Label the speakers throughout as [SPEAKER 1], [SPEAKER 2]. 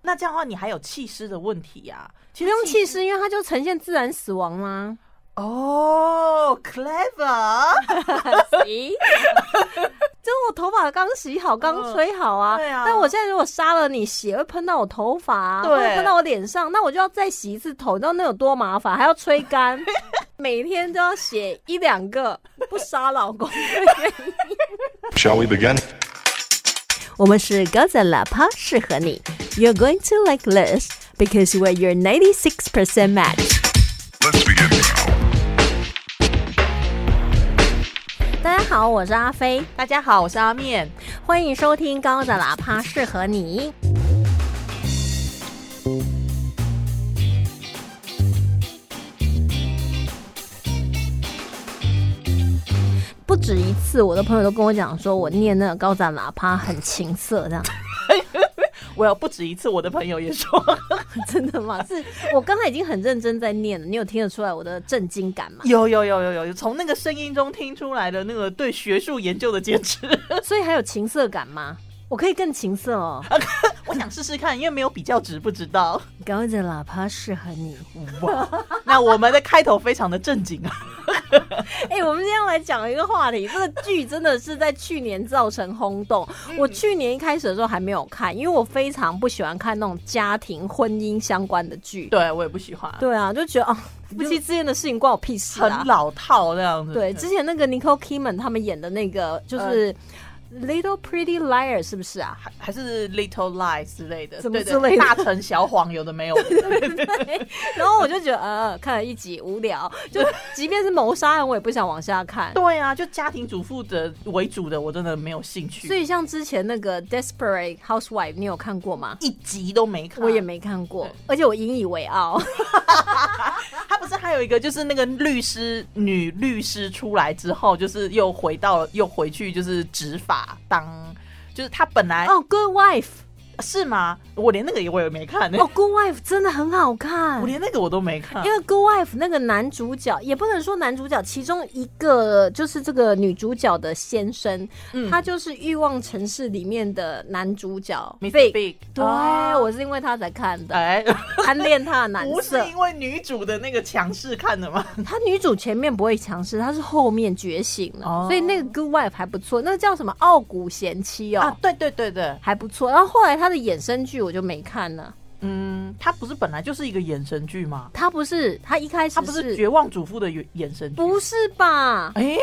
[SPEAKER 1] 那这样的话，你还有弃尸的问题呀、其
[SPEAKER 2] 不
[SPEAKER 1] 实
[SPEAKER 2] 用
[SPEAKER 1] 弃
[SPEAKER 2] 弃尸，因为它就呈现自然死亡 啦。
[SPEAKER 1] 哦，clever，
[SPEAKER 2] 咦，就我头发刚洗好，刚吹好啊。
[SPEAKER 1] 嗯对啊
[SPEAKER 2] 但我现在如果杀了你，血会喷到我头发、啊，
[SPEAKER 1] 对
[SPEAKER 2] 或者喷到我脸上，那我就要再洗一次头，你知道那有多麻烦？还要吹干， 每天都要写一两个，不杀老公。
[SPEAKER 3] Shall we begin?
[SPEAKER 2] 我们是高赞喇叭，适合你。You're going to like this because we're your ninety six percent match。
[SPEAKER 3] Let's begin.
[SPEAKER 2] 大家好，我是阿飞，
[SPEAKER 1] 大家好，我是阿面。
[SPEAKER 2] 欢迎收听高赞喇叭，适合你。不止一次，我的朋友都跟我讲说，我念那个高赞喇叭很情色，这样
[SPEAKER 1] 我有不止一次，我的朋友也说
[SPEAKER 2] 真的吗？是我刚才已经很认真在念了，你有听得出来我的震惊感 吗？
[SPEAKER 1] 有有有有有有，从那个声音中听出来的那个对学术研究的坚持。
[SPEAKER 2] 所以还有情色感吗？我可以更情色哦。
[SPEAKER 1] 我想试试看，因为没有比较值，不知道。
[SPEAKER 2] 高赞喇叭适合你。
[SPEAKER 1] 那我们的开头非常的正经啊，
[SPEAKER 2] 哎、我们今天来讲一个话题，这个剧真的是在去年造成轰动。我去年一开始的时候还没有看，因为我非常不喜欢看那种家庭、婚姻相关的剧。
[SPEAKER 1] 对我也不喜欢，
[SPEAKER 2] 对啊，就觉得啊，夫妻之间的事情关我屁事啊
[SPEAKER 1] 很。老套那样子。
[SPEAKER 2] 对，之前那个 Nicole Kidman 他们演的那个就是。Little Pretty Liar 是不是啊？
[SPEAKER 1] 还还是 Little Lie 之类的，
[SPEAKER 2] 什么
[SPEAKER 1] 对对
[SPEAKER 2] 之类的
[SPEAKER 1] 大城小谎有的没 有的，
[SPEAKER 2] 然后我就觉得，呃，看了一集无聊，就即便是谋杀案，我也不想往下看。
[SPEAKER 1] 对啊，就家庭主妇的为主的，我真的没有兴趣，
[SPEAKER 2] 所以像之前那个 Desperate Housewife，你有看过吗？
[SPEAKER 1] 一集都没看。
[SPEAKER 2] 我也，没看过
[SPEAKER 1] 对，
[SPEAKER 2] 而且我引以为傲。
[SPEAKER 1] 他不是还有一个就是那个律师女律师出来之后，就是又回到又回去就是执法当。就是她本来、 哦
[SPEAKER 2] 哦，《Good Wife
[SPEAKER 1] 是吗？我连那个也我也没看呢、》
[SPEAKER 2] 哦，《Good Wife》真的很好看
[SPEAKER 1] 我。连那啊个我都没看
[SPEAKER 2] 因。为《Good Wife》那个男主角，也不能说男主角，其中一个就是这个女主角的先生，
[SPEAKER 1] 嗯
[SPEAKER 2] 他就是《欲望城市》里面的男主角
[SPEAKER 1] Mr.
[SPEAKER 2] Vic
[SPEAKER 1] Big
[SPEAKER 2] 对，
[SPEAKER 1] 哦
[SPEAKER 2] 我是因为他才看的，
[SPEAKER 1] 哎，
[SPEAKER 2] 暗恋他的男
[SPEAKER 1] 不是
[SPEAKER 2] 色。
[SPEAKER 1] 因为女主的那个强势看的吗？
[SPEAKER 2] 他女主前面不会强势，她是后面觉醒了，
[SPEAKER 1] 哦
[SPEAKER 2] 所以那个《Good Wife》还不错，那个叫什么《傲骨贤妻》哦，
[SPEAKER 1] 啊，对对对对，
[SPEAKER 2] 还不错。然后后来他的衍生剧我就没看了，
[SPEAKER 1] 嗯，它不是本来就是一个衍生剧吗？
[SPEAKER 2] 他不是他一开始
[SPEAKER 1] 它不是绝望主妇的衍衍生剧？
[SPEAKER 2] 不是吧？
[SPEAKER 1] 哎、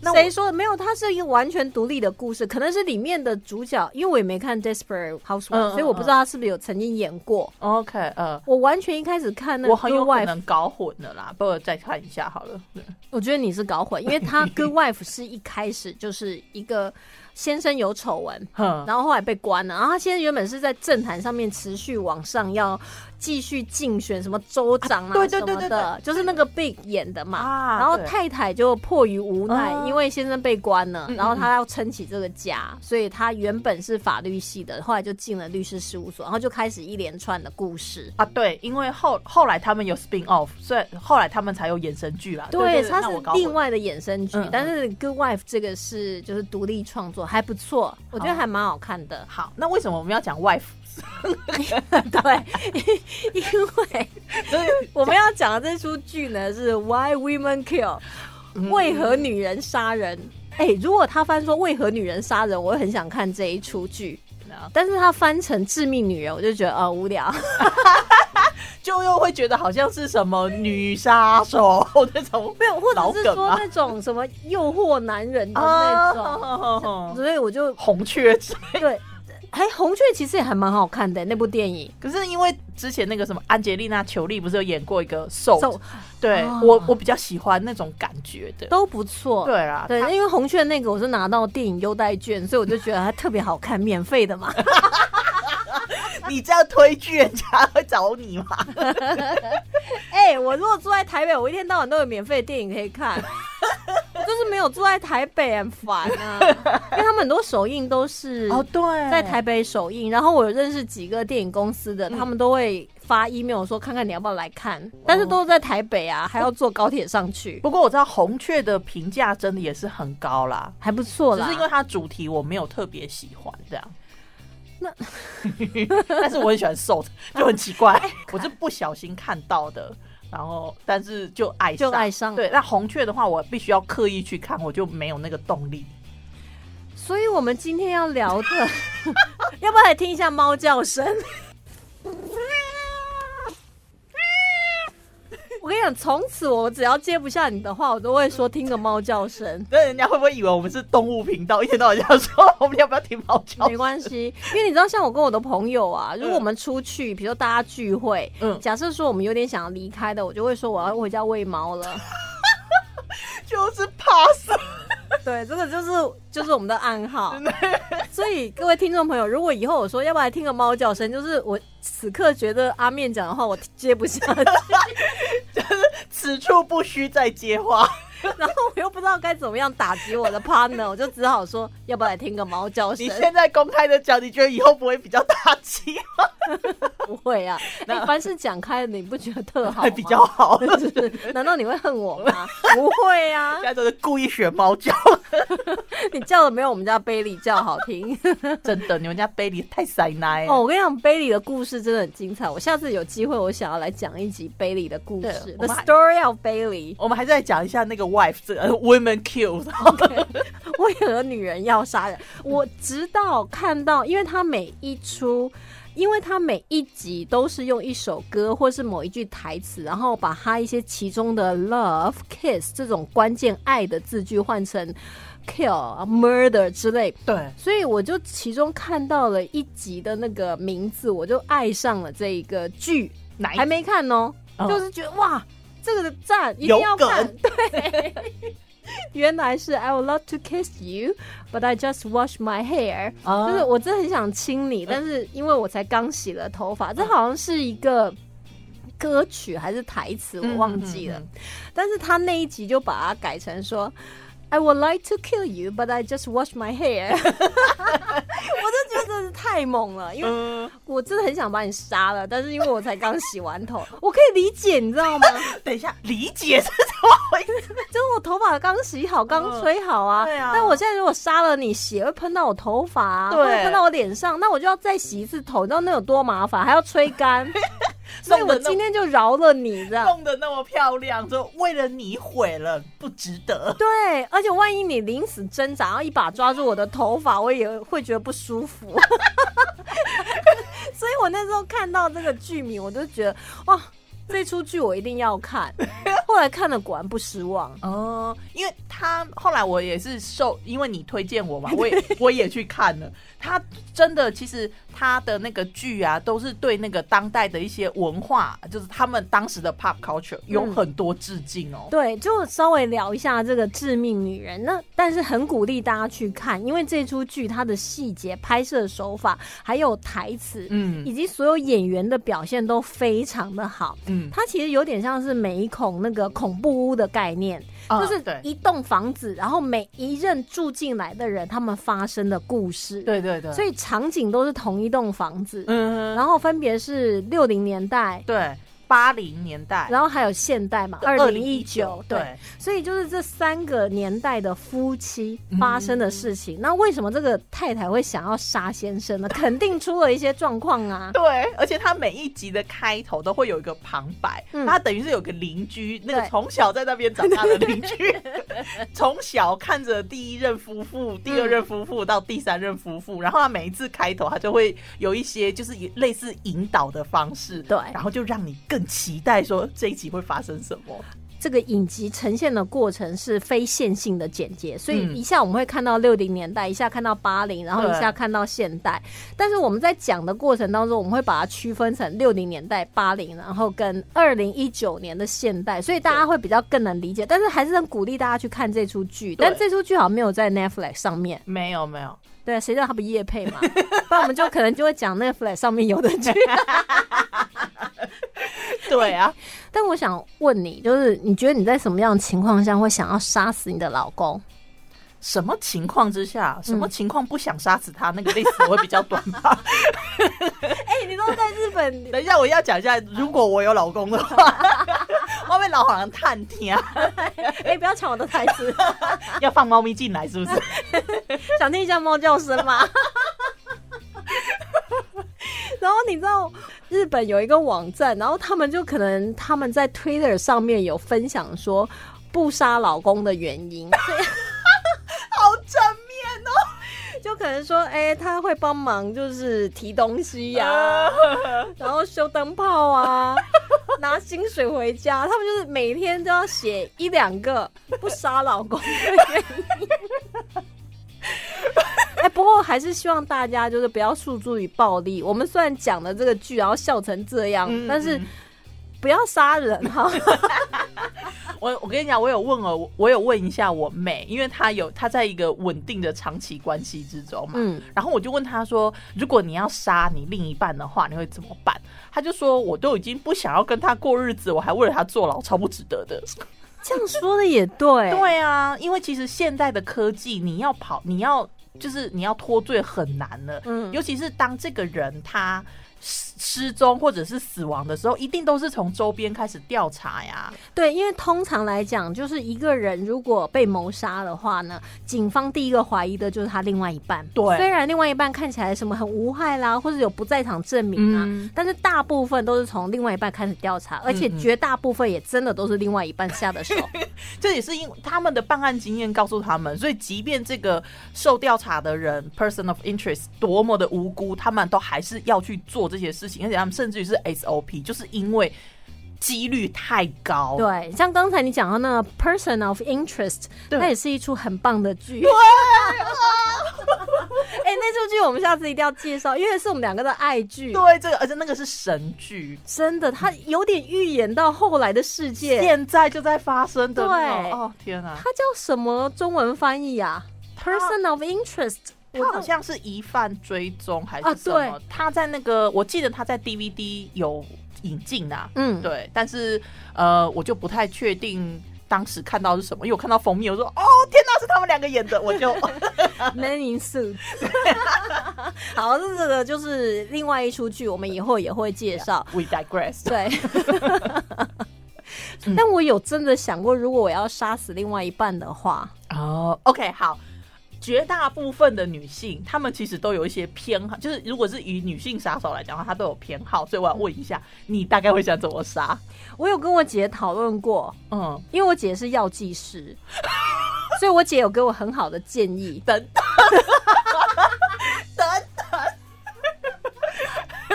[SPEAKER 1] 那
[SPEAKER 2] 谁
[SPEAKER 1] 我
[SPEAKER 2] 说的？没有，它是一个完全独立的故事，可能是里面的主角，因为我也没看《Desperate Housewife》，
[SPEAKER 1] 嗯嗯
[SPEAKER 2] 所以我不知道他是不是有曾经演过。
[SPEAKER 1] OK 呃，
[SPEAKER 2] 我完全一开始看那个
[SPEAKER 1] 我
[SPEAKER 2] 《
[SPEAKER 1] 很
[SPEAKER 2] Good
[SPEAKER 1] 有可
[SPEAKER 2] Wife》，
[SPEAKER 1] 能搞混了啦，不过再看一下好了。对
[SPEAKER 2] 我觉得你是搞混，因为他《Good Wife》是一开始就是一个先生有丑闻，
[SPEAKER 1] 哼，
[SPEAKER 2] 然后后来被关了，然后他现在原本是在政坛上面持续往上要继续竞选什么州长啊
[SPEAKER 1] 啊对对
[SPEAKER 2] 什么
[SPEAKER 1] 对对
[SPEAKER 2] 的，就是那个被演的嘛。
[SPEAKER 1] 啊
[SPEAKER 2] 然后
[SPEAKER 1] 对
[SPEAKER 2] 太太就迫于无奈，
[SPEAKER 1] 啊
[SPEAKER 2] 因为先生被关了，
[SPEAKER 1] 嗯嗯
[SPEAKER 2] 然后他要撑起这个家，所以他原本是法律系的，后来就进了律师事务所，然后就开始一连串的故事。
[SPEAKER 1] 啊，对，因为后后来他们有 spin off，所以后来他们才有衍生剧啦。对，对
[SPEAKER 2] 它
[SPEAKER 1] 那
[SPEAKER 2] 是
[SPEAKER 1] 我搞混
[SPEAKER 2] 另外的衍生剧
[SPEAKER 1] 嗯嗯，
[SPEAKER 2] 但是《Good Wife》这个是就是独立创作，还不错，我觉得
[SPEAKER 1] 好
[SPEAKER 2] 还蛮好看的。
[SPEAKER 1] 好，那为什么我们要讲 wife？
[SPEAKER 2] 对，因为
[SPEAKER 1] 就是
[SPEAKER 2] 我们要讲的这出剧呢是《Why Women Kill》，为何女人杀人？哎、如果他翻说为何女人杀人，我会很想看这一出剧。但是他翻成致命女人，我就觉得呃无聊。
[SPEAKER 1] 就又会觉得好像是什么女杀手那种，
[SPEAKER 2] 没有，或
[SPEAKER 1] 老
[SPEAKER 2] 者是
[SPEAKER 1] 梗
[SPEAKER 2] 说
[SPEAKER 1] 啊
[SPEAKER 2] 那种什么诱惑男人的那种，
[SPEAKER 1] 啊，
[SPEAKER 2] 所以我就
[SPEAKER 1] 红雀之类
[SPEAKER 2] 对。哎，红雀其实也还蛮好看的那部电影，
[SPEAKER 1] 可是因为之前那个什么安吉丽娜·裘丽不是有演过一个《兽》，
[SPEAKER 2] So，
[SPEAKER 1] 对、
[SPEAKER 2] 哦
[SPEAKER 1] 我我比较喜欢那种感觉的。
[SPEAKER 2] 都不错。
[SPEAKER 1] 对啦，
[SPEAKER 2] 对，
[SPEAKER 1] 她
[SPEAKER 2] 因为红雀那个我是拿到电影优待券，所以我就觉得它特别好看，免费的嘛。
[SPEAKER 1] 你这样推剧，人家会找你吗？
[SPEAKER 2] 哎、我如果住在台北，我一天到晚都有免费的电影可以看。 我就是没有住在台北，很烦 啊，因为他们很多首映都是
[SPEAKER 1] 哦，对，
[SPEAKER 2] 在台北首映。然后我有认识几个电影公司的，
[SPEAKER 1] 嗯
[SPEAKER 2] 他们都会发 email 说看看你要不要来看，
[SPEAKER 1] 哦
[SPEAKER 2] 但是都是在台北啊，还要坐高铁上去，
[SPEAKER 1] 不过我知道红雀的评价真的也是很高啦，
[SPEAKER 2] 还不错
[SPEAKER 1] 只
[SPEAKER 2] 啦。
[SPEAKER 1] 是因为它主题我没有特别喜欢这样。 但是我很喜欢 Salt，就很奇 怪，
[SPEAKER 2] 哎
[SPEAKER 1] 我是不小心看到的，然后但是就爱
[SPEAKER 2] 就
[SPEAKER 1] 上
[SPEAKER 2] 爱上
[SPEAKER 1] 对，那红雀的话，我必须要刻意去看，我就没有那个动力。
[SPEAKER 2] 所以我们今天要聊的， 要不要来听一下猫叫声？我跟你讲，从此我只要接不下你的话，我都会说听个猫叫声。
[SPEAKER 1] 那人家会不会以为我们是动物频道，一天到晚要说 我们要不要听猫 叫？
[SPEAKER 2] 没关系，因为你知道，像我跟我的朋友啊，如果我们出去，比如说大家聚会，
[SPEAKER 1] 嗯
[SPEAKER 2] 假设说我们有点想要离开的，我就会说我要回家喂猫了。
[SPEAKER 1] 就是怕死。
[SPEAKER 2] 对，这个就是就是我们的暗号。 所以各位听众朋友，如果以后我说要不要来听个猫叫声，就是我此刻觉得阿面讲的话我接不下去，
[SPEAKER 1] 此处不需再接 话。
[SPEAKER 2] 然后我又不知道该怎么样打击我的 partner，我就只好说要不要来听个猫叫 声
[SPEAKER 1] 你。现在公开的讲，你觉得以后不会比较大气，
[SPEAKER 2] 不会啊，你、
[SPEAKER 1] 那
[SPEAKER 2] 凡是讲开了，你不觉得特好
[SPEAKER 1] 还
[SPEAKER 2] 吗？
[SPEAKER 1] 比 较好？嗯
[SPEAKER 2] 是不是难道你会恨我吗？不会啊
[SPEAKER 1] 现，在都是故意学猫叫，
[SPEAKER 2] 你叫的没有我们家贝利叫好听。
[SPEAKER 1] 真的，你们家 Baby 太塞奶
[SPEAKER 2] 哦，。我跟你讲，贝里的故事真的很精彩。我下次有机会，我想要来讲一集贝里的故事
[SPEAKER 1] 对我
[SPEAKER 2] ，The
[SPEAKER 1] 们还
[SPEAKER 2] Story of Bailey。
[SPEAKER 1] 我们还是来讲一下那个 wife 这个呃 women kill，
[SPEAKER 2] 为何女人要杀人？我直到看到，因为他每一出，因为他每一集都是用一首歌或是某一句台词，然后把他一些其中的 love、kiss 这种关键爱的字句换成 kill 啊、murder 之类。
[SPEAKER 1] 对，
[SPEAKER 2] 所以我就其中看到了一集的那个名字，我就爱上了这一个剧，
[SPEAKER 1] 哪一
[SPEAKER 2] 还没看哦，
[SPEAKER 1] 嗯
[SPEAKER 2] 就是觉得哇，这个的赞一定
[SPEAKER 1] 有
[SPEAKER 2] 要看
[SPEAKER 1] 梗。
[SPEAKER 2] 对， 原来是 I would love to kiss you, but I just wash my hair、
[SPEAKER 1] 啊
[SPEAKER 2] 就是我真的很想亲你，但是因为我才刚洗了头发，这好像是一个。歌曲还是台词，我忘记了。
[SPEAKER 1] 嗯嗯
[SPEAKER 2] 但是他那一集就把它改成说，I would like to kill you, but I just wash my hair 。 我就觉得真是太猛了，因为
[SPEAKER 1] 嗯，
[SPEAKER 2] 我真的很想把你杀了，但是因为我才刚洗完头，我可以理解，你 知道吗？
[SPEAKER 1] 等一下，理解是怎么回事？
[SPEAKER 2] 就是我头发刚洗好，刚吹好
[SPEAKER 1] 嗯
[SPEAKER 2] 啊。
[SPEAKER 1] 对啊
[SPEAKER 2] 但我现在如果杀了你，血会喷到我头发、啊，
[SPEAKER 1] 对
[SPEAKER 2] 会喷到我脸上，那我就要再洗一次头，你知道那有多麻烦，还要吹 干。所以我今天就饶了你，这样。
[SPEAKER 1] 弄得那么漂亮，就为了你毁了，不值得。
[SPEAKER 2] 对，而且万一你临死挣扎，然后一把抓住我的头发，我也会觉得不舒服。 所以我那时候看到这个剧名，我就觉得哇，这出剧我一定要看。后来看了，果然不失望。
[SPEAKER 1] 哦，因为他后来我也是受，因为你推荐我 嘛，我也我也去看了。他真的，其实他的那个剧啊，都是对那个当代的一些文化，就是他们当时的 pop culture 有很多致敬哦。
[SPEAKER 2] 对，就稍微聊一下这个《致命女人》那，但是很鼓励大家去看，因为这出剧它的细节、拍摄手法，还有台词，以
[SPEAKER 1] 嗯
[SPEAKER 2] 及所有演员的表现都非常的好。
[SPEAKER 1] 嗯，
[SPEAKER 2] 它其实有点像是每一孔那个恐怖屋的概念，
[SPEAKER 1] 啊
[SPEAKER 2] 就是
[SPEAKER 1] 对
[SPEAKER 2] 一栋房子，然后每一任住进来的人他们发生的故事。，
[SPEAKER 1] 对对对，
[SPEAKER 2] 所
[SPEAKER 1] 以
[SPEAKER 2] 以场景都是同一栋房子，
[SPEAKER 1] 嗯，
[SPEAKER 2] 然后分别是六零年代，
[SPEAKER 1] 对，八零年代，
[SPEAKER 2] 然后还有现代嘛，二零一九，对。
[SPEAKER 1] 对，
[SPEAKER 2] 所以就是这三个年代的夫妻
[SPEAKER 1] 嗯
[SPEAKER 2] 发生的事情。那为什么这个太太会想要杀先生呢？肯定出了一些状况啊。
[SPEAKER 1] 对，而且他每一集的开头都会有一个旁白，
[SPEAKER 2] 嗯
[SPEAKER 1] 他等于是有个邻居，那个
[SPEAKER 2] 对
[SPEAKER 1] 从小在那边长大的邻居， 从小看着第一任夫妇、第二任夫妇到第三任夫妇，然后他每一次开头，他就会有一些就是类似引导的方式，
[SPEAKER 2] 对
[SPEAKER 1] 然后就让你更期待说这一集会发生什么。
[SPEAKER 2] 这个影集呈现的过程是非线性的剪接，所以
[SPEAKER 1] 嗯
[SPEAKER 2] 一下我们会看到六零年代，一下看到八零，然后
[SPEAKER 1] 对
[SPEAKER 2] 一下看到现代。但是我们在讲的过程当中，我们会把它区分成六零年代、八零，然后跟二零一九年的现代，所以大家会比较更能理解。但是还是很鼓励大家去看这出剧，
[SPEAKER 1] 对
[SPEAKER 2] 但这出剧好像没有在 Netflix 上面。
[SPEAKER 1] 没有没有，
[SPEAKER 2] 对，啊谁叫他不夜配嘛？不然我们就可能就会讲 Netflix 上面有的剧。
[SPEAKER 1] 对啊，
[SPEAKER 2] 但我想问你，就是你觉得你在什么样的情况下会想要杀死你的老公？
[SPEAKER 1] 什么情况之下，什么情况不想杀死他，那个类似我会比较短吧。
[SPEAKER 2] 哎、你都在日本
[SPEAKER 1] 等一下，我要讲一下，如果我有老公的话， 外面老好像探听啊，
[SPEAKER 2] 哎、不要抢我的台词，
[SPEAKER 1] 要放猫咪进来是不是？
[SPEAKER 2] 想听一下猫叫声吗？你知道日本有一个网站，然后他们就可能他们在 Twitter 上面有分享说不杀老公的原因，
[SPEAKER 1] 好正面哦。
[SPEAKER 2] 就可能说，哎、他会帮忙就是提东西呀、
[SPEAKER 1] 啊
[SPEAKER 2] 然后修灯 泡啊，拿薪水回家，他们就是每天都要写一两个不杀老公的原因。哎、不过还是希望大家就是不要诉诸于暴力。我们虽然讲了这个剧，然后笑成这样，
[SPEAKER 1] 嗯
[SPEAKER 2] 但是
[SPEAKER 1] 嗯
[SPEAKER 2] 不要杀人哈。
[SPEAKER 1] 我我跟你讲，我有问哦，我我有问一下我妹，因为她有她在一个稳定的长期关系之中嘛，
[SPEAKER 2] 嗯，
[SPEAKER 1] 然后我就问她说，如果你要杀你另一半的话，你会怎么办？她就说，我都已经不想要跟他过日子，我还为了他坐牢，超不值得的。
[SPEAKER 2] 这样说的也对，
[SPEAKER 1] 对啊，因为其实现代的科技，你要跑，你要就是你要脱罪很难了。
[SPEAKER 2] 嗯
[SPEAKER 1] 尤其是当这个人他失失踪或者是死亡的时候，一定都是从周边开始调查呀。
[SPEAKER 2] 对，因为通常来讲，就是一个人如果被谋杀的话呢，警方第一个怀疑的就是他另外一半。
[SPEAKER 1] 对
[SPEAKER 2] 虽然另外一半看起来什么很无害啦，或者有不在场证明啊，
[SPEAKER 1] 嗯
[SPEAKER 2] 但是大部分都是从另外一半开始调查，而且
[SPEAKER 1] 嗯嗯
[SPEAKER 2] 绝大部分也真的都是另外一半下 的手。
[SPEAKER 1] 这也是因为他们的办案经验告诉他们，所以即便这个受调查的人 person of interest 多么的无辜，他们都还是要去做这些事情，而且他们甚至于是 SOP，就是因为几率太高。
[SPEAKER 2] 对，像刚才你讲到那个 person of interest，
[SPEAKER 1] 对
[SPEAKER 2] 那也是一出很棒的剧。 哎、那出剧我们下次一定要介绍，因为是我们两个的爱剧。
[SPEAKER 1] 对，这个而且那个是神剧，
[SPEAKER 2] 真的，它有点预演到后来的世界。
[SPEAKER 1] 现在就在发生的那
[SPEAKER 2] 对
[SPEAKER 1] 种。哦天啊
[SPEAKER 2] 他，叫什么中文翻译啊？Person of interest，我
[SPEAKER 1] 他好
[SPEAKER 2] 知
[SPEAKER 1] 像是疑犯追踪还
[SPEAKER 2] 啊
[SPEAKER 1] 是什么？
[SPEAKER 2] 对
[SPEAKER 1] 他在那个，我记得他在 DVD 有引进啊。
[SPEAKER 2] 嗯，
[SPEAKER 1] 对，但是呃，我就不太确定当时看到是什么，因为我看到封面，我说哦天哪，是他们两个演 的，我就
[SPEAKER 2] ，Man in Suit。好，这这个就是另外一出剧，我们以后也会介绍。
[SPEAKER 1] we digress。
[SPEAKER 2] 对。 但我有真的想过，如果我要杀死另外一半的话，
[SPEAKER 1] 哦，OK，好。绝大部分的女性，她们其实都有一些偏好，就是如果是以女性杀手来讲的话，她都有偏好，所以我要问一下，你大概会想怎么杀？
[SPEAKER 2] 我有跟我姐讨论过，
[SPEAKER 1] 嗯，
[SPEAKER 2] 因为我姐是药剂师，所以我姐有给我很好的建议。
[SPEAKER 1] 等等等等，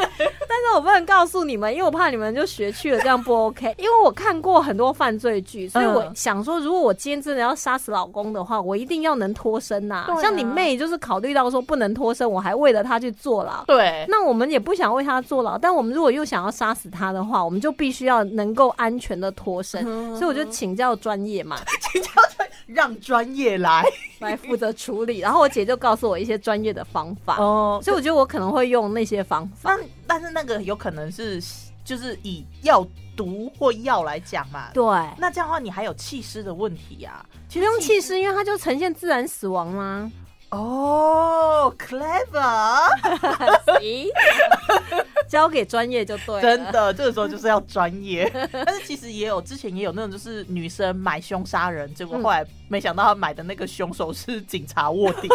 [SPEAKER 2] 但是我不能告诉你们，因为我怕你们就学去了，这样不 OK。因为我看过很多犯罪剧，所以我
[SPEAKER 1] 嗯
[SPEAKER 2] 想说，如果我今天真的要杀死老公的话，我一定要能脱身呐、
[SPEAKER 1] 对啊
[SPEAKER 2] 像你妹就是考虑到说不能脱身，我还为了她去坐牢。
[SPEAKER 1] 对，
[SPEAKER 2] 那我们也不想为她坐牢，但我们如果又想要杀死她的话，我们就必须要能够安全的脱身。
[SPEAKER 1] 嗯
[SPEAKER 2] 所以我就请教专业嘛，
[SPEAKER 1] 让专业来
[SPEAKER 2] 来负责处理。然后我姐就告诉我一些专业的方法，
[SPEAKER 1] 哦
[SPEAKER 2] 所以我觉得我可能会用那些方法。
[SPEAKER 1] 那但是那个有可能是就是以药毒或药来讲嘛。
[SPEAKER 2] 对。
[SPEAKER 1] 那这样的话，你还有弃尸的问题啊。其
[SPEAKER 2] 不用弃
[SPEAKER 1] 尸
[SPEAKER 2] 尸，因为它就呈现自然死 亡啦、
[SPEAKER 1] 哦，clever，
[SPEAKER 2] 咦，交给专业就对了。
[SPEAKER 1] 真，的，这个时候就是要专业。 但是其实也有之前也有那种，就是女生买凶杀人，结果后来没想到她买的那个凶手是警察卧底。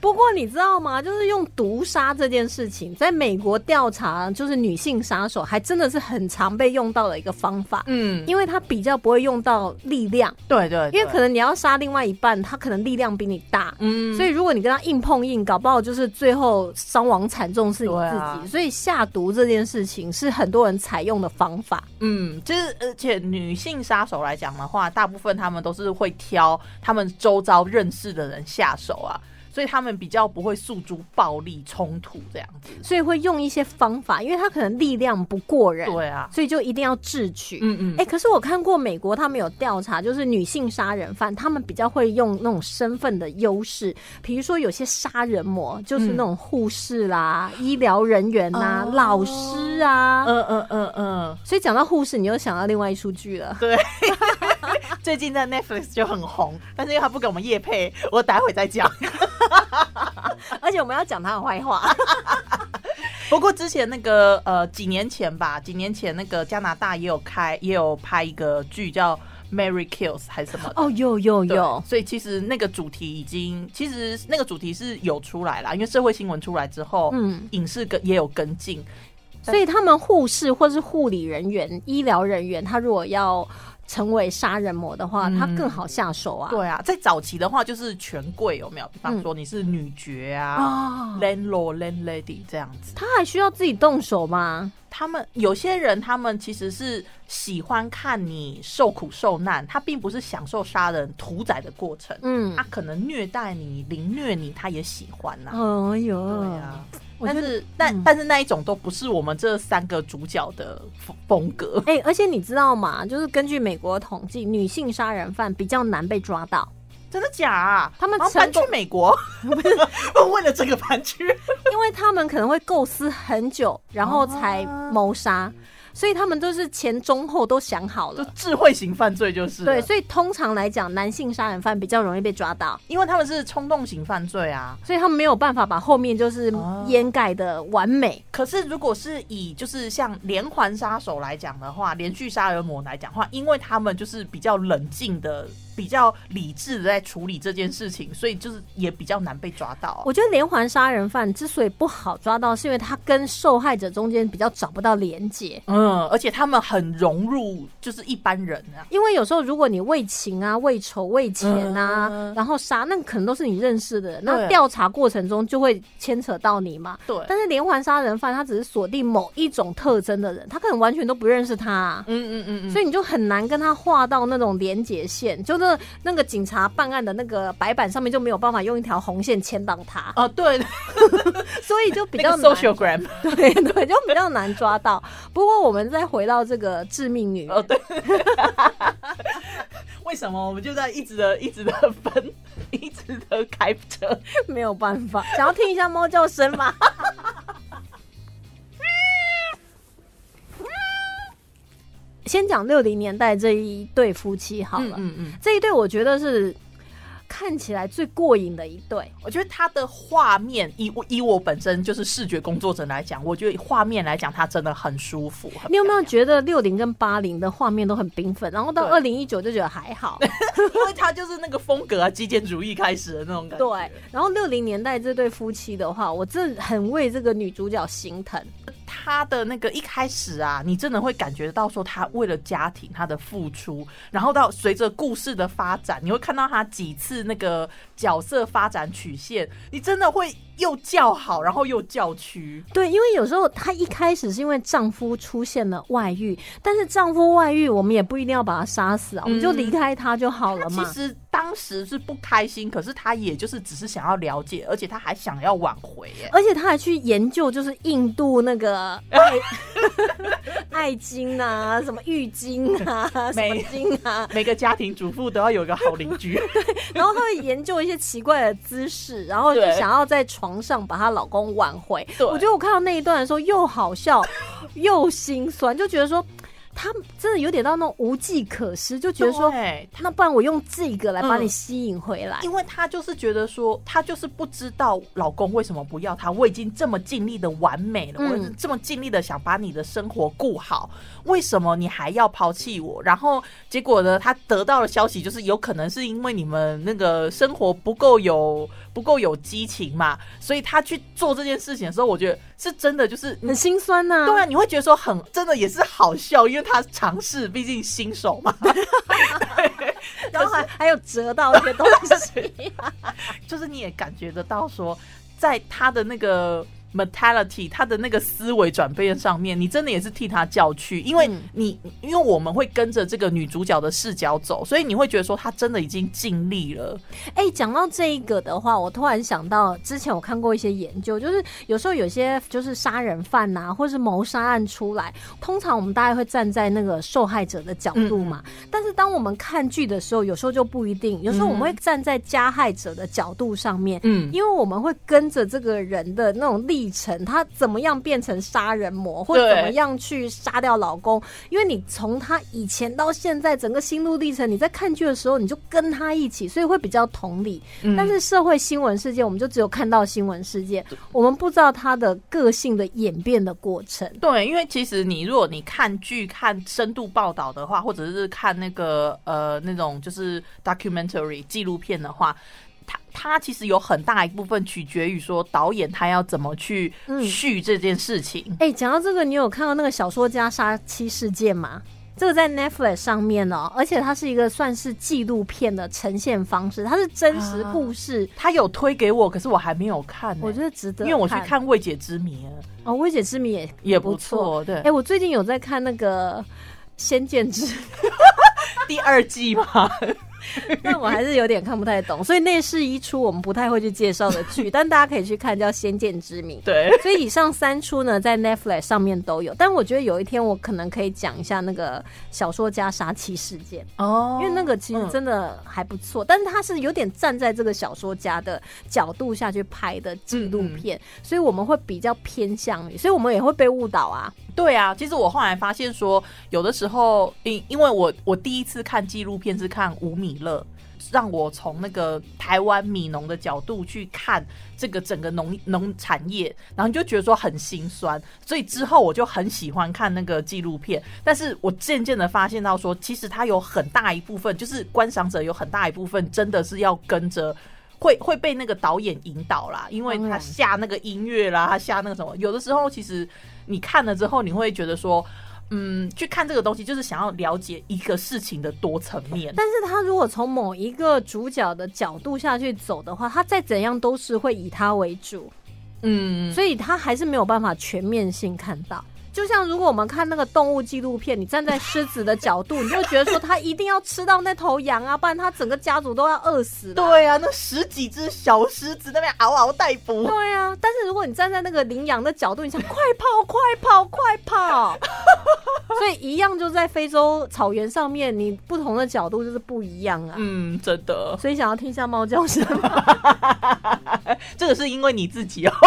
[SPEAKER 2] 不过你知道吗？就是用毒杀这件事情，在美国调查就是女性杀手，还真的是很常被用到的一个方法，
[SPEAKER 1] 嗯，
[SPEAKER 2] 因为它比较不会用到力量，
[SPEAKER 1] 对对
[SPEAKER 2] 因为可能你要杀另外一半，他可能力量比你大。
[SPEAKER 1] 嗯
[SPEAKER 2] 所以，如果你跟他硬碰硬，搞不好就是最后伤亡惨重是你自己。
[SPEAKER 1] 对啊
[SPEAKER 2] 所以，下毒这件事情是很多人采用的方法。
[SPEAKER 1] 嗯，就是而且女性杀手来讲的话，大部分他们都是会挑他们周遭认识的人下手啊，所以他们比较不会诉诸暴力冲突这样子。
[SPEAKER 2] 所以会用一些方法，因为他可能力量不过人，
[SPEAKER 1] 对啊，
[SPEAKER 2] 所以就一定要智取。
[SPEAKER 1] 嗯嗯，
[SPEAKER 2] 哎、可是我看过美国，他们有调查，就是女性杀人犯，他们比较会用那种身份的优势，比如说有些杀人魔就是那种护士啦、医疗人员呐、
[SPEAKER 1] 哦
[SPEAKER 2] 老师啊。
[SPEAKER 1] 嗯嗯嗯嗯，
[SPEAKER 2] 所以讲到护士，你又想到另外一出剧了。
[SPEAKER 1] 对。最近在 Netflix 就很红，但是因为他不给我们夜配，我待会再讲。
[SPEAKER 2] 而且我们要讲他的坏话。
[SPEAKER 1] 不过之前那个呃几年前吧，几年前那个加拿大也有开也有拍一个剧叫《 Mary Kills 还是什么的。
[SPEAKER 2] 哦，有有
[SPEAKER 1] 对
[SPEAKER 2] 有，
[SPEAKER 1] 所以其实那个主题已经，其实那个主题是有出来啦，因为社会新闻出来之后，
[SPEAKER 2] 嗯，
[SPEAKER 1] 影视跟也有跟进，
[SPEAKER 2] 所以他们护士或是护理人员、医疗人员，他如果要成为杀人魔的话，他更好下手啊。嗯
[SPEAKER 1] 对啊，在早期的话就是权贵有没有？比方说你是女爵啊、
[SPEAKER 2] 啊，
[SPEAKER 1] l a n d l o r d landlady 这样子，
[SPEAKER 2] 他还需要自己动手吗？
[SPEAKER 1] 他们有些人他们其实是喜欢看你受苦受难，他并不是享受杀人屠宰的过程，
[SPEAKER 2] 嗯
[SPEAKER 1] 他，可能虐待你、凌虐你，他也喜欢啊呐、
[SPEAKER 2] 哎呦，
[SPEAKER 1] 对啊。
[SPEAKER 2] 我
[SPEAKER 1] 但
[SPEAKER 2] 觉得。
[SPEAKER 1] 是，但、但是那一种都不是我们这三个主角的风风格。
[SPEAKER 2] 哎、而且你知道吗？就是根据美国统计，女性杀人犯比较难被抓到。
[SPEAKER 1] 真的假、啊？
[SPEAKER 2] 他们
[SPEAKER 1] 然后搬去
[SPEAKER 2] 成功
[SPEAKER 1] 美国， 为了这个搬去。
[SPEAKER 2] 因为他们可能会构思很久，然后才谋杀，所以他们都是前中后都想 好
[SPEAKER 1] 就
[SPEAKER 2] 了。
[SPEAKER 1] 智慧型犯罪就是了
[SPEAKER 2] 对，所以通常来讲，男性杀人犯比较容易被抓到，
[SPEAKER 1] 因为他们是冲动型犯罪啊。
[SPEAKER 2] 所以他们没有办法把后面就是
[SPEAKER 1] 哦
[SPEAKER 2] 掩盖的完美。
[SPEAKER 1] 可是如果是以就是像连环杀手来讲的话，连续杀人魔来讲的话，因为他们就是比较冷静的、比较理智的在处理这件事情，所以就是也比较难被抓到啊、
[SPEAKER 2] 我觉得连环杀人犯之所以不好抓到，是因为他跟受害者中间比较找不到连结。
[SPEAKER 1] 嗯，而且他们很融入就是一般人啊。
[SPEAKER 2] 因为有时候如果你为情啊、为仇、为钱啊，
[SPEAKER 1] 嗯
[SPEAKER 2] 然后杀，那可能都是你认识的人，那
[SPEAKER 1] 对
[SPEAKER 2] 调查过程中就会牵扯到你嘛。
[SPEAKER 1] 对，
[SPEAKER 2] 但是连环杀人犯他只是锁定某一种特征的人，他可能完全都不认识他、啊。
[SPEAKER 1] 嗯嗯嗯嗯，
[SPEAKER 2] 所以你就很难跟他画到那种连结线，就那那个警察办案的那个白板上面就没有办法用一条红线牵到 他，
[SPEAKER 1] 哦、对，
[SPEAKER 2] 所以就比
[SPEAKER 1] 那
[SPEAKER 2] 较
[SPEAKER 1] 个
[SPEAKER 2] 难，
[SPEAKER 1] socialgram，
[SPEAKER 2] 对对，就比较难抓到。不过我们再回到这个致命女人，
[SPEAKER 1] 哦对，为什么我们就在一直的、一直的分、 一直的开车？
[SPEAKER 2] 没有办法， 想要听一下猫叫声吗？ 先讲六零年代这一对夫妻好了，
[SPEAKER 1] 嗯嗯，
[SPEAKER 2] 这一对我觉得是看起来最过瘾的一对。
[SPEAKER 1] 我觉得它的画面，以我以我本身就是视觉工作者来讲，我觉得画面来讲，它真的很舒服。很
[SPEAKER 2] 你有没有
[SPEAKER 1] 漂
[SPEAKER 2] 觉得六零跟八零的画面都很缤纷，然后到二零一九就觉得 还好？
[SPEAKER 1] 亮？因为它就是那个风格啊，极简主义开始的那种感觉。
[SPEAKER 2] 对，然后六零年代这对夫妻的话，我真的很为这个女主角心疼。
[SPEAKER 1] 他的那个一开始啊，你真的会感觉到说他为了家庭他的付出，然后到随着故事的发展，你会看到他几次那个角色发展曲线，你真的会又叫好，然后又叫屈。
[SPEAKER 2] 对，因为有时候她一开始是因为丈夫出现了外遇，但是丈夫外遇，我们也不一定要把他杀死啊，我们就离开他就好了
[SPEAKER 1] 嗯其
[SPEAKER 2] 嘛。
[SPEAKER 1] 实当时是不开心，可是他也就是只是想要了解，而且他还想要挽回耶。
[SPEAKER 2] 而且她还去研究，就是印度那个 爱爱精啊，什么浴巾啊，什么
[SPEAKER 1] 没
[SPEAKER 2] 精啊，
[SPEAKER 1] 每个家庭主妇都要有一个好邻居，
[SPEAKER 2] 然后她会研究一些奇怪的姿势，然后就
[SPEAKER 1] 对
[SPEAKER 2] 想要在床上把她老公挽回。
[SPEAKER 1] 对
[SPEAKER 2] 我觉得我看到那一段的时候，又好笑又心酸，就觉得说她真的有点到那种无计可施， 就觉得说。
[SPEAKER 1] 对
[SPEAKER 2] 那不然我用这个来把
[SPEAKER 1] 嗯
[SPEAKER 2] 你吸引回来。
[SPEAKER 1] 因为她就是觉得说，她就是不知道老公为什么不要她。我已经这么尽力的完美了，
[SPEAKER 2] 嗯
[SPEAKER 1] 我已经这么尽力的想把你的生活顾好，为什么你还要抛弃我？然后结果呢，她得到的消息就是，有可能是因为你们那个生活不够有不够有激情嘛，所以她去做这件事情的时候，我觉得是真的，就是
[SPEAKER 2] 很心酸呐、
[SPEAKER 1] 对啊，你会觉得说很真的也是好笑，因为她尝试，毕竟新手嘛。
[SPEAKER 2] 然后还还有折到一些东 西，
[SPEAKER 1] 就是你也感觉得到说，在他的那个 mentality，他的那个思维转变上面，你真的也是替他叫屈，因为
[SPEAKER 2] 嗯
[SPEAKER 1] 你、因为我们会跟着这个女主角的视角走，所以你会觉得说他真的已经尽力了。
[SPEAKER 2] 哎、讲到这一个的话，我突然想到之前我看过一些研究，就是有时候有些就是杀人犯呐、或是谋杀案出来，通常我们大概会站在那个受害者的角度嘛。但是当我们看剧的时候，有时候就不一定，有时候我们会站在加害者的角度上面，
[SPEAKER 1] 嗯，
[SPEAKER 2] 因为我们会跟着这个人的那种立历程，她怎么样变成杀人魔，或者怎么样去杀掉老公，因为你从她以前到现在整个心路历程，你在看剧的时候你就跟她一起，所以会比较同理。
[SPEAKER 1] 嗯
[SPEAKER 2] 但是社会新闻事件，我们就只有看到新闻事件，我们不知道她的个性的演变的过程。
[SPEAKER 1] 对，因为其实你如果你看剧、看深度报道的话，或者是看那个呃那种就是 documentary 纪录片的话，它它其实有很大一部分取决于说导演他要怎么去
[SPEAKER 2] 嗯
[SPEAKER 1] 续这件事情。
[SPEAKER 2] 哎、讲到这个，你有看到那个小说家杀妻事件吗？这个在 Netflix 上面哦，而且它是一个算是纪录片的呈现方式，它是真实
[SPEAKER 1] 啊
[SPEAKER 2] 故事，
[SPEAKER 1] 他有推给我，可是我还没有看、
[SPEAKER 2] 我觉
[SPEAKER 1] 得，
[SPEAKER 2] 得值得。
[SPEAKER 1] 因为我去看《未解之谜》了
[SPEAKER 2] 哦，《薇姐之谜》也
[SPEAKER 1] 也
[SPEAKER 2] 不
[SPEAKER 1] 不
[SPEAKER 2] 错。
[SPEAKER 1] 错，对，
[SPEAKER 2] 哎、我最近有在看那个《仙剑之
[SPEAKER 1] 第二季嘛，
[SPEAKER 2] 但我还是有点看不太懂，所以那是一出我们不太会去介绍的剧，但大家可以去看，叫《仙剑之谜》。
[SPEAKER 1] 对，
[SPEAKER 2] 所以以上三出呢，在 Netflix 上面都有，但我觉得有一天我可能可以讲一下那个小说家杀妻事件，
[SPEAKER 1] 哦
[SPEAKER 2] 因为那个其实真的还不错，但是它是有点站在这个小说家的角度下去拍的纪录
[SPEAKER 1] 嗯
[SPEAKER 2] 片，所以我们会比较偏向于，所以我们也会被误导啊。
[SPEAKER 1] 对啊，其实我后来发现说，有的时候因因为我我第一次看纪录片是看吴米勒，让我从那个台湾米农的角度去看这个整个农农产业，然后你就觉得说很心酸，所以之后我就很喜欢看那个纪录片。但是我渐渐的发现到说，其实它有很大一部分，就是观赏者有很大一部分真的是要跟着。会会被那个导演引导啦，因为
[SPEAKER 2] 当
[SPEAKER 1] 他
[SPEAKER 2] 然
[SPEAKER 1] 下那个音乐啦，他下那个什么，有的时候其实你看了之后，你会觉得说，嗯，去看这个东西就是想要了解一个事情的多层面。
[SPEAKER 2] 但是他如果从某一个主角的角度下去走的话，他再怎样都是会以他为主。
[SPEAKER 1] 嗯，
[SPEAKER 2] 所以他还是没有办法全面性看到。就像如果我们看那个动物纪录片，你站在狮子的角度，你就会觉得说它一定要吃到那头羊啊，不然它整个家族都要饿死了。
[SPEAKER 1] 对啊，那十几只小狮子那边嗷嗷待哺。
[SPEAKER 2] 对啊，但是如果你站在那个羚羊的角度，你想快跑快跑快跑， 所以一样就在非洲草原上面，你不同的角度就是不一样啊。
[SPEAKER 1] 嗯，真的，
[SPEAKER 2] 所以想要听一下猫叫声吗？
[SPEAKER 1] 这个是因为你自己哦。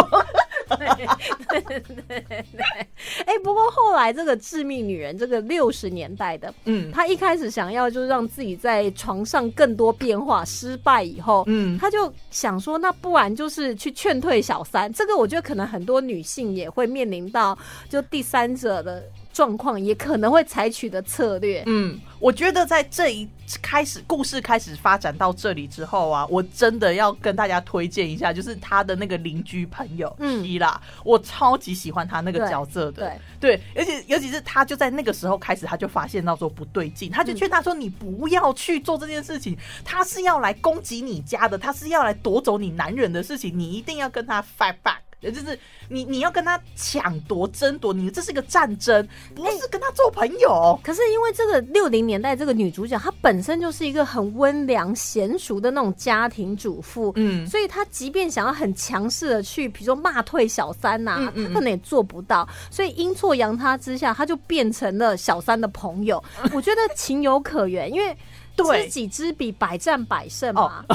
[SPEAKER 2] 哎、不过后来这个致命女人，这个六十年代的，
[SPEAKER 1] 嗯
[SPEAKER 2] 他一开始想要就是让自己在床上更多变化，失败以后，
[SPEAKER 1] 嗯，
[SPEAKER 2] 他就想说，那不然就是去劝退小三。这个我觉得可能很多女性也会面临到，就第三者的状况，也可能会采取的策略。
[SPEAKER 1] 嗯，我觉得在这一开始故事开始发展到这里之后啊，我真的要跟大家推荐一下，就是他的那个邻居朋友
[SPEAKER 2] 嗯
[SPEAKER 1] 希拉，我超级喜欢他那个
[SPEAKER 2] 对
[SPEAKER 1] 角色的。
[SPEAKER 2] 对，
[SPEAKER 1] 对，而且尤其是他就在那个时候开始，他就发现到说不对劲，他就劝他说：“你不要去做这件事情，他是要来攻击你家的，他是要来夺走你男人的事情，你一定要跟他 fight back。”也就是你，你要跟他抢夺、争夺，你这是个战争，不是跟他做朋友。
[SPEAKER 2] 可是因为这个六零年代这个女主角，她本身就是一个很温良娴熟的那种家庭主妇，
[SPEAKER 1] 嗯，
[SPEAKER 2] 所以他即便想要很强势的去，比如说骂退小三呐、
[SPEAKER 1] 嗯嗯嗯
[SPEAKER 2] 他可能也做不到。所以阴错阳差之下，他就变成了小三的 朋友。我觉得情有可原，因为
[SPEAKER 1] 对
[SPEAKER 2] 知己知彼，百战百胜嘛。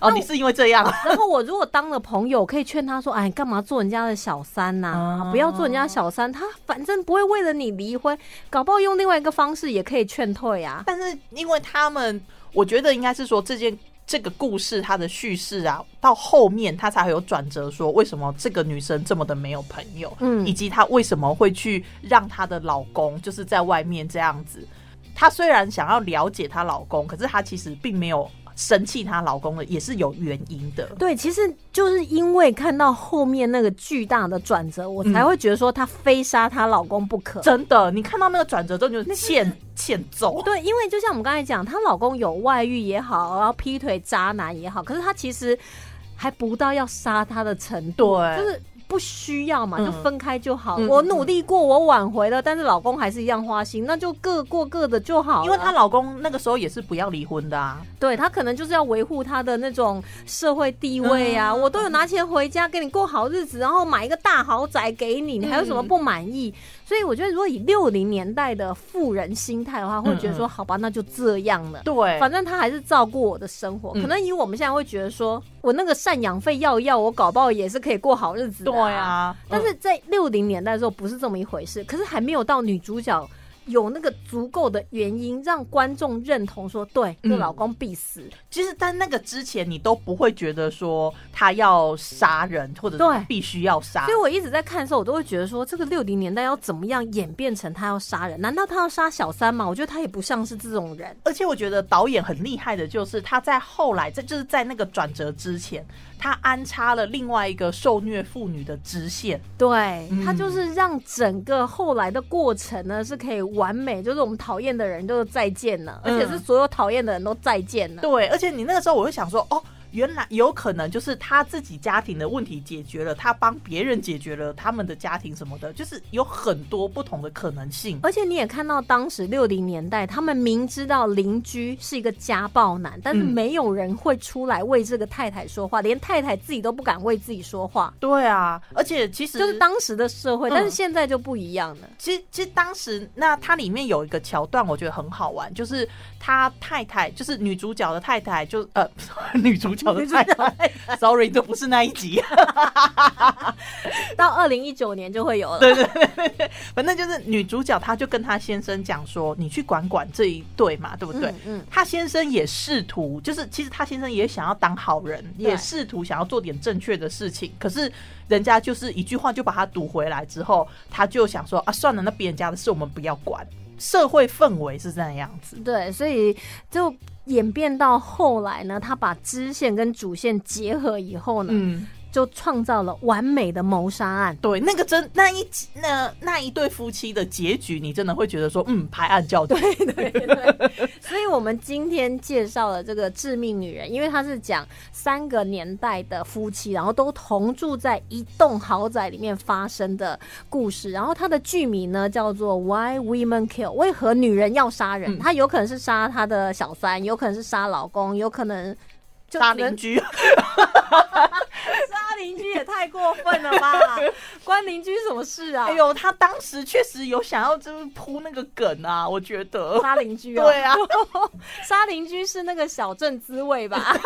[SPEAKER 1] 哦， 你是因为这样啊？
[SPEAKER 2] 然后我如果当了朋友，我可以劝他说：“哎，干嘛做人家的小三呐、
[SPEAKER 1] 哦
[SPEAKER 2] 不要做人家小三，他反正不会为了你离婚，搞不好用另外一个方式也可以劝退啊。”
[SPEAKER 1] 但是因为他们，我觉得应该是说这件这个故事它的叙事啊，到后面它才会有转折，说为什么这个女生这么的没有朋友，
[SPEAKER 2] 嗯
[SPEAKER 1] 以及她为什么会去让她的老公就是在外面这样子。她虽然想要了解她老公，可是她其实并没有生气她老公的，也是有原因的。
[SPEAKER 2] 对，其实就是因为看到后面那个巨大的转折，我
[SPEAKER 1] 嗯
[SPEAKER 2] 才会觉得说她非杀她老公不可。
[SPEAKER 1] 真的，你看到那个转折之后，你就欠欠揍。
[SPEAKER 2] 对，因为就像我们刚才讲，她老公有外遇也好，然后劈腿渣男也好，可是她其实还不到要杀他的程度，
[SPEAKER 1] 对
[SPEAKER 2] 就是不需要嘛，
[SPEAKER 1] 嗯
[SPEAKER 2] 就分开就好。
[SPEAKER 1] 嗯
[SPEAKER 2] 我
[SPEAKER 1] 嗯
[SPEAKER 2] 努力过，我挽回了，但是老公还是一样花心，那就各过各的就好了。
[SPEAKER 1] 因为她老公那个时候也是不要离婚的啊，
[SPEAKER 2] 对他可能就是要维护他的那种社会地位啊，
[SPEAKER 1] 嗯
[SPEAKER 2] 我都有拿钱回家给你过好日子，然后买一个大豪宅给你，你还有什
[SPEAKER 1] 嗯
[SPEAKER 2] 么不满意？所以我觉得，如果以六零年代的富人心态的话，会觉得说，
[SPEAKER 1] 嗯
[SPEAKER 2] 好吧，那就这样了。
[SPEAKER 1] 对，
[SPEAKER 2] 反正他还是照顾我的生活，
[SPEAKER 1] 嗯
[SPEAKER 2] 可能以我们现在会觉得说，我那个赡养费要一要，我搞不好也是可以过好日子的啊、
[SPEAKER 1] 对啊，
[SPEAKER 2] 但是在六零年代的时候不是这么一回事，可是还没有到女主角有那个足够的原因让观众认同说，对，
[SPEAKER 1] 嗯
[SPEAKER 2] 这老公必死。
[SPEAKER 1] 其实，在那个之前，你都不会觉得说他要杀人，或者是
[SPEAKER 2] 对
[SPEAKER 1] 他必须要杀
[SPEAKER 2] 所以。我一直在看的时候，我都会觉得说，这个六零年代要怎么样演变成他要杀人？难道他要杀小三吗？我觉得他也不像是这种人。
[SPEAKER 1] 而且我觉得导演很厉害的，就是他在后来，这就是在那个转折之前，他安插了另外一个受虐妇女的支线。
[SPEAKER 2] 对、
[SPEAKER 1] 嗯
[SPEAKER 2] 他就是让整个后来的过程呢是可以完美，就是我们讨厌的人就再见了，
[SPEAKER 1] 嗯
[SPEAKER 2] 而且是所有讨厌的人都再见了。
[SPEAKER 1] 对，而且你那个时候我会想说，哦，原来有可能就是他自己家庭的问题解决了，他帮别人解决了他们的家庭什么的，就是有很多不同的可能性。
[SPEAKER 2] 而且你也看到，当时六零年代，他们明知道邻居是一个家暴男，但是
[SPEAKER 1] 嗯
[SPEAKER 2] 没有人会出来为这个太太说话，连太太自己都不敢为自己说话，
[SPEAKER 1] 对啊，而且其实
[SPEAKER 2] 就是当时的社会。
[SPEAKER 1] 嗯
[SPEAKER 2] 但是现在就不一样了。
[SPEAKER 1] 其实，其实当时那它里面有一个桥段，我觉得很好玩，就是他太太，就是女主角的太太，就呃， 女主角的太太 ，sorry，这不是那一集，啊
[SPEAKER 2] 到二零一九年就会有了。
[SPEAKER 1] 反正就是女主角，她就跟她先生讲说，你去管管这一对嘛，对不对？
[SPEAKER 2] 嗯嗯
[SPEAKER 1] 她先生也试图，就是其实她先生也想要当好人，
[SPEAKER 2] 对
[SPEAKER 1] 也试图想要做点正确的事情，可是人家就是一句话就把她堵回来之后，她就想说啊，算了，那别人家的事我们不要管。社会氛围是这样子，
[SPEAKER 2] 对，所以就演变到后来呢，他把支线跟主线结合以后呢，
[SPEAKER 1] 嗯。
[SPEAKER 2] 就创造了完美的谋杀案。
[SPEAKER 1] 对，那个真那一集那那一对夫妻的结局，你真的会觉得说，嗯，拍案叫绝。
[SPEAKER 2] 所以我们今天介绍了这个《致命女人》，因为它是讲三个年代的夫妻，然后都同住在一栋豪宅里面发生的故事。然后它的剧名呢叫做《Why Women Kill》，为何女人要杀人？
[SPEAKER 1] 嗯
[SPEAKER 2] 她有可能是杀她的小三，有可能是杀老公，有可能就
[SPEAKER 1] 杀
[SPEAKER 2] 只能
[SPEAKER 1] 邻居，
[SPEAKER 2] 杀邻居也太过分了吧？关邻居什么事啊？
[SPEAKER 1] 哎呦，他当时确实有想要就是铺那个梗啊，我觉得。
[SPEAKER 2] 杀邻居啊！
[SPEAKER 1] 对啊，
[SPEAKER 2] 杀邻居是那个小镇滋味吧？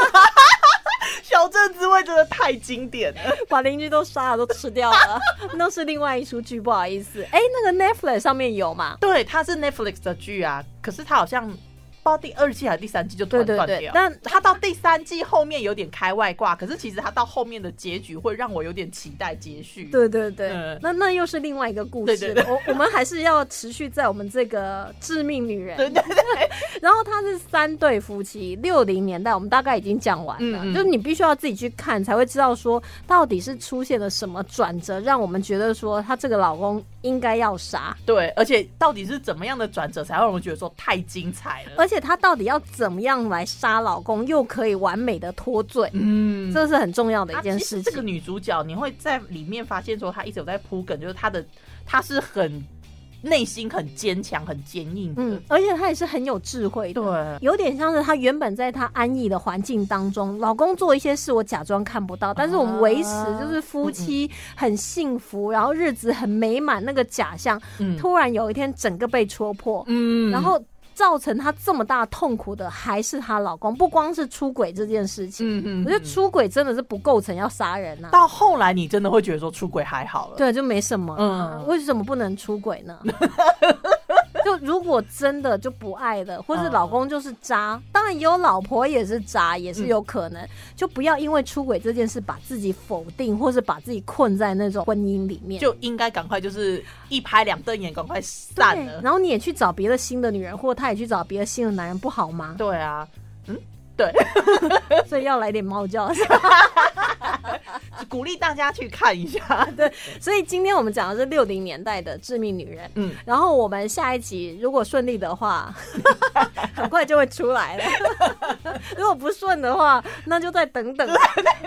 [SPEAKER 1] 小镇之味真的太经典了。
[SPEAKER 2] 把邻居都杀了，都吃掉了， 那是另外一出剧，不好意思。哎、那个 Netflix 上面有嘛？
[SPEAKER 1] 对，它是 Netflix 的剧啊，可是它好像不知道第二季还是第三季就突
[SPEAKER 2] 对
[SPEAKER 1] 然
[SPEAKER 2] 对
[SPEAKER 1] 断
[SPEAKER 2] 对
[SPEAKER 1] 掉，。
[SPEAKER 2] 但
[SPEAKER 1] 它到第三季后面有点开外挂，可是其实它到后面的结局会让我有点期待接续。
[SPEAKER 2] 对对对，
[SPEAKER 1] 嗯
[SPEAKER 2] 那那又是另外一个故事。
[SPEAKER 1] 对对对
[SPEAKER 2] 我我们还是要持续在我们这个致命女人。
[SPEAKER 1] 对对对，
[SPEAKER 2] 然后他是三对夫妻，六零年代我们大概已经讲完了，
[SPEAKER 1] 嗯嗯
[SPEAKER 2] 就是你必须要自己去看才会知道说到底是出现了什么转折，让我们觉得说她这个老公应该要杀，
[SPEAKER 1] 对，而且到底是怎么样的转折，才让我们觉得说太精彩了？
[SPEAKER 2] 而且她到底要怎么样来杀老公，又可以完美的脱罪，
[SPEAKER 1] 嗯，
[SPEAKER 2] 这是很重要的
[SPEAKER 1] 啊
[SPEAKER 2] 一件事
[SPEAKER 1] 其实这
[SPEAKER 2] 情。
[SPEAKER 1] 个女主角，你会在里面发现说，她一直有在铺梗，就是她的她是很内心很坚强、很坚硬的。
[SPEAKER 2] 嗯，而且她也是很有智慧的。
[SPEAKER 1] 对，
[SPEAKER 2] 有点像是她原本在她安逸的环境当中，老公做一些事我假装看不到，但是我们维持
[SPEAKER 1] 啊
[SPEAKER 2] 就是
[SPEAKER 1] 嗯
[SPEAKER 2] 夫妻很幸福，然后日子很美满那个假象，
[SPEAKER 1] 嗯
[SPEAKER 2] 突然有一天整个被戳破，
[SPEAKER 1] 嗯
[SPEAKER 2] 然后造成她这么大痛苦的还是她老公，不光是出轨这件事情，
[SPEAKER 1] 嗯嗯，
[SPEAKER 2] 我觉得出轨真的是不构成要杀人啊呐、
[SPEAKER 1] 到后来你真的会觉得说出轨还好了。
[SPEAKER 2] 对，就没什么啊、
[SPEAKER 1] 嗯
[SPEAKER 2] 为什么不能出 轨呢？就如果真的就不爱了，或是
[SPEAKER 1] 嗯嗯
[SPEAKER 2] 老公就是渣，当然也有老婆也是渣，也是有可能，就不要因为出轨这件事把自己否定，或是把自己困在那种婚姻里面。
[SPEAKER 1] 就应该赶快就是一拍两瞪眼，赶快散
[SPEAKER 2] 对，
[SPEAKER 1] 了。
[SPEAKER 2] 然后你也去找别的新的女人，或他也去找别的新的男人，不 好吗？
[SPEAKER 1] 对啊，嗯，对，
[SPEAKER 2] 所以要来点猫叫。
[SPEAKER 1] 鼓励大家去看一 下。对，
[SPEAKER 2] 所以今天我们讲的是六零年代的致命女人，
[SPEAKER 1] 嗯，
[SPEAKER 2] 然后我们下一集如果顺利 的话，很快就会出来了。如果不顺的话，那就再等等吧。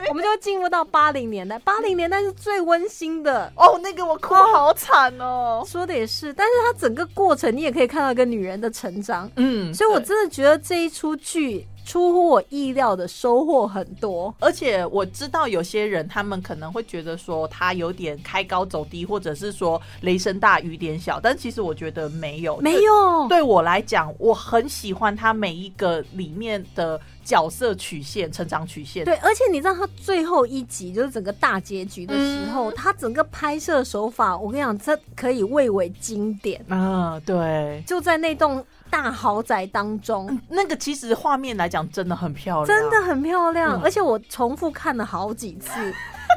[SPEAKER 2] 我们就进入到八零年代，八零年代是最温馨的。
[SPEAKER 1] 哦，那个我哭好惨哦。
[SPEAKER 2] 说的也是，但是它整个过程你也可以看到一个女人的成长，
[SPEAKER 1] 嗯，
[SPEAKER 2] 所以我
[SPEAKER 1] 对
[SPEAKER 2] 真的觉得这一出剧出乎我意料的收获很多。
[SPEAKER 1] 而且我知道有些人，他们可能会觉得说他有点开高走低，或者是说雷声大雨点小，但其实我觉得没有，
[SPEAKER 2] 没
[SPEAKER 1] 对。
[SPEAKER 2] 有，
[SPEAKER 1] 对我来讲，我很喜欢他每一个里面的角色曲线、成长曲线。
[SPEAKER 2] 对，而且你知道他最后一集就是整个大结局的时
[SPEAKER 1] 嗯
[SPEAKER 2] 候，他整个拍摄手法，我跟你讲，这可以蔚为经典。
[SPEAKER 1] 啊，对，嗯
[SPEAKER 2] 就在那栋大豪宅当中，
[SPEAKER 1] 那个其实画面来讲真的很漂亮，
[SPEAKER 2] 真的很漂亮，
[SPEAKER 1] 嗯
[SPEAKER 2] 而且我重复看了好几次，因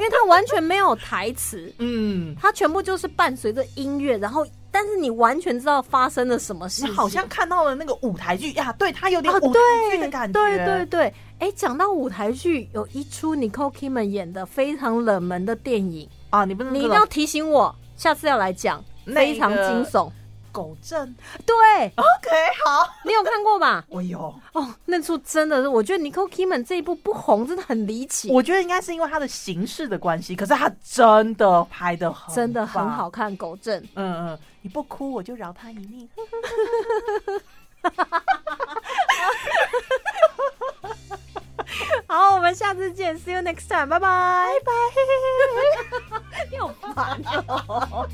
[SPEAKER 2] 为它完全没有台词，
[SPEAKER 1] 嗯，
[SPEAKER 2] 它全部就是伴随着音乐，然后但是你完全知道发生了什么事
[SPEAKER 1] 你
[SPEAKER 2] 情，
[SPEAKER 1] 好像看到了那个舞台剧呀，对，它有点
[SPEAKER 2] 哦，
[SPEAKER 1] 舞台剧的
[SPEAKER 2] 对，
[SPEAKER 1] 感觉，
[SPEAKER 2] 对对对。哎，讲到舞台剧，有一出 Nicole Kidman 演的非常冷门的电影，
[SPEAKER 1] 啊，你不能
[SPEAKER 2] 你一
[SPEAKER 1] 这
[SPEAKER 2] 定
[SPEAKER 1] 种
[SPEAKER 2] 要提醒我，下次要来讲，
[SPEAKER 1] 那
[SPEAKER 2] 非常
[SPEAKER 1] 个
[SPEAKER 2] 惊悚。
[SPEAKER 1] 狗镇
[SPEAKER 2] 对
[SPEAKER 1] ，OK，好，
[SPEAKER 2] 你有看过吧？
[SPEAKER 1] 我有，
[SPEAKER 2] 哦，那出真的是，我觉得 Nicole Kidman 这一部不红真的很离奇，
[SPEAKER 1] 我觉得应该是因为它的形式的关系，可是它真的拍的很，
[SPEAKER 2] 真的很好，看。狗镇，
[SPEAKER 1] 嗯嗯，你不哭我就饶他一命，
[SPEAKER 2] 好，我们下次见，See you next time，拜拜，拜拜。你好烦哦。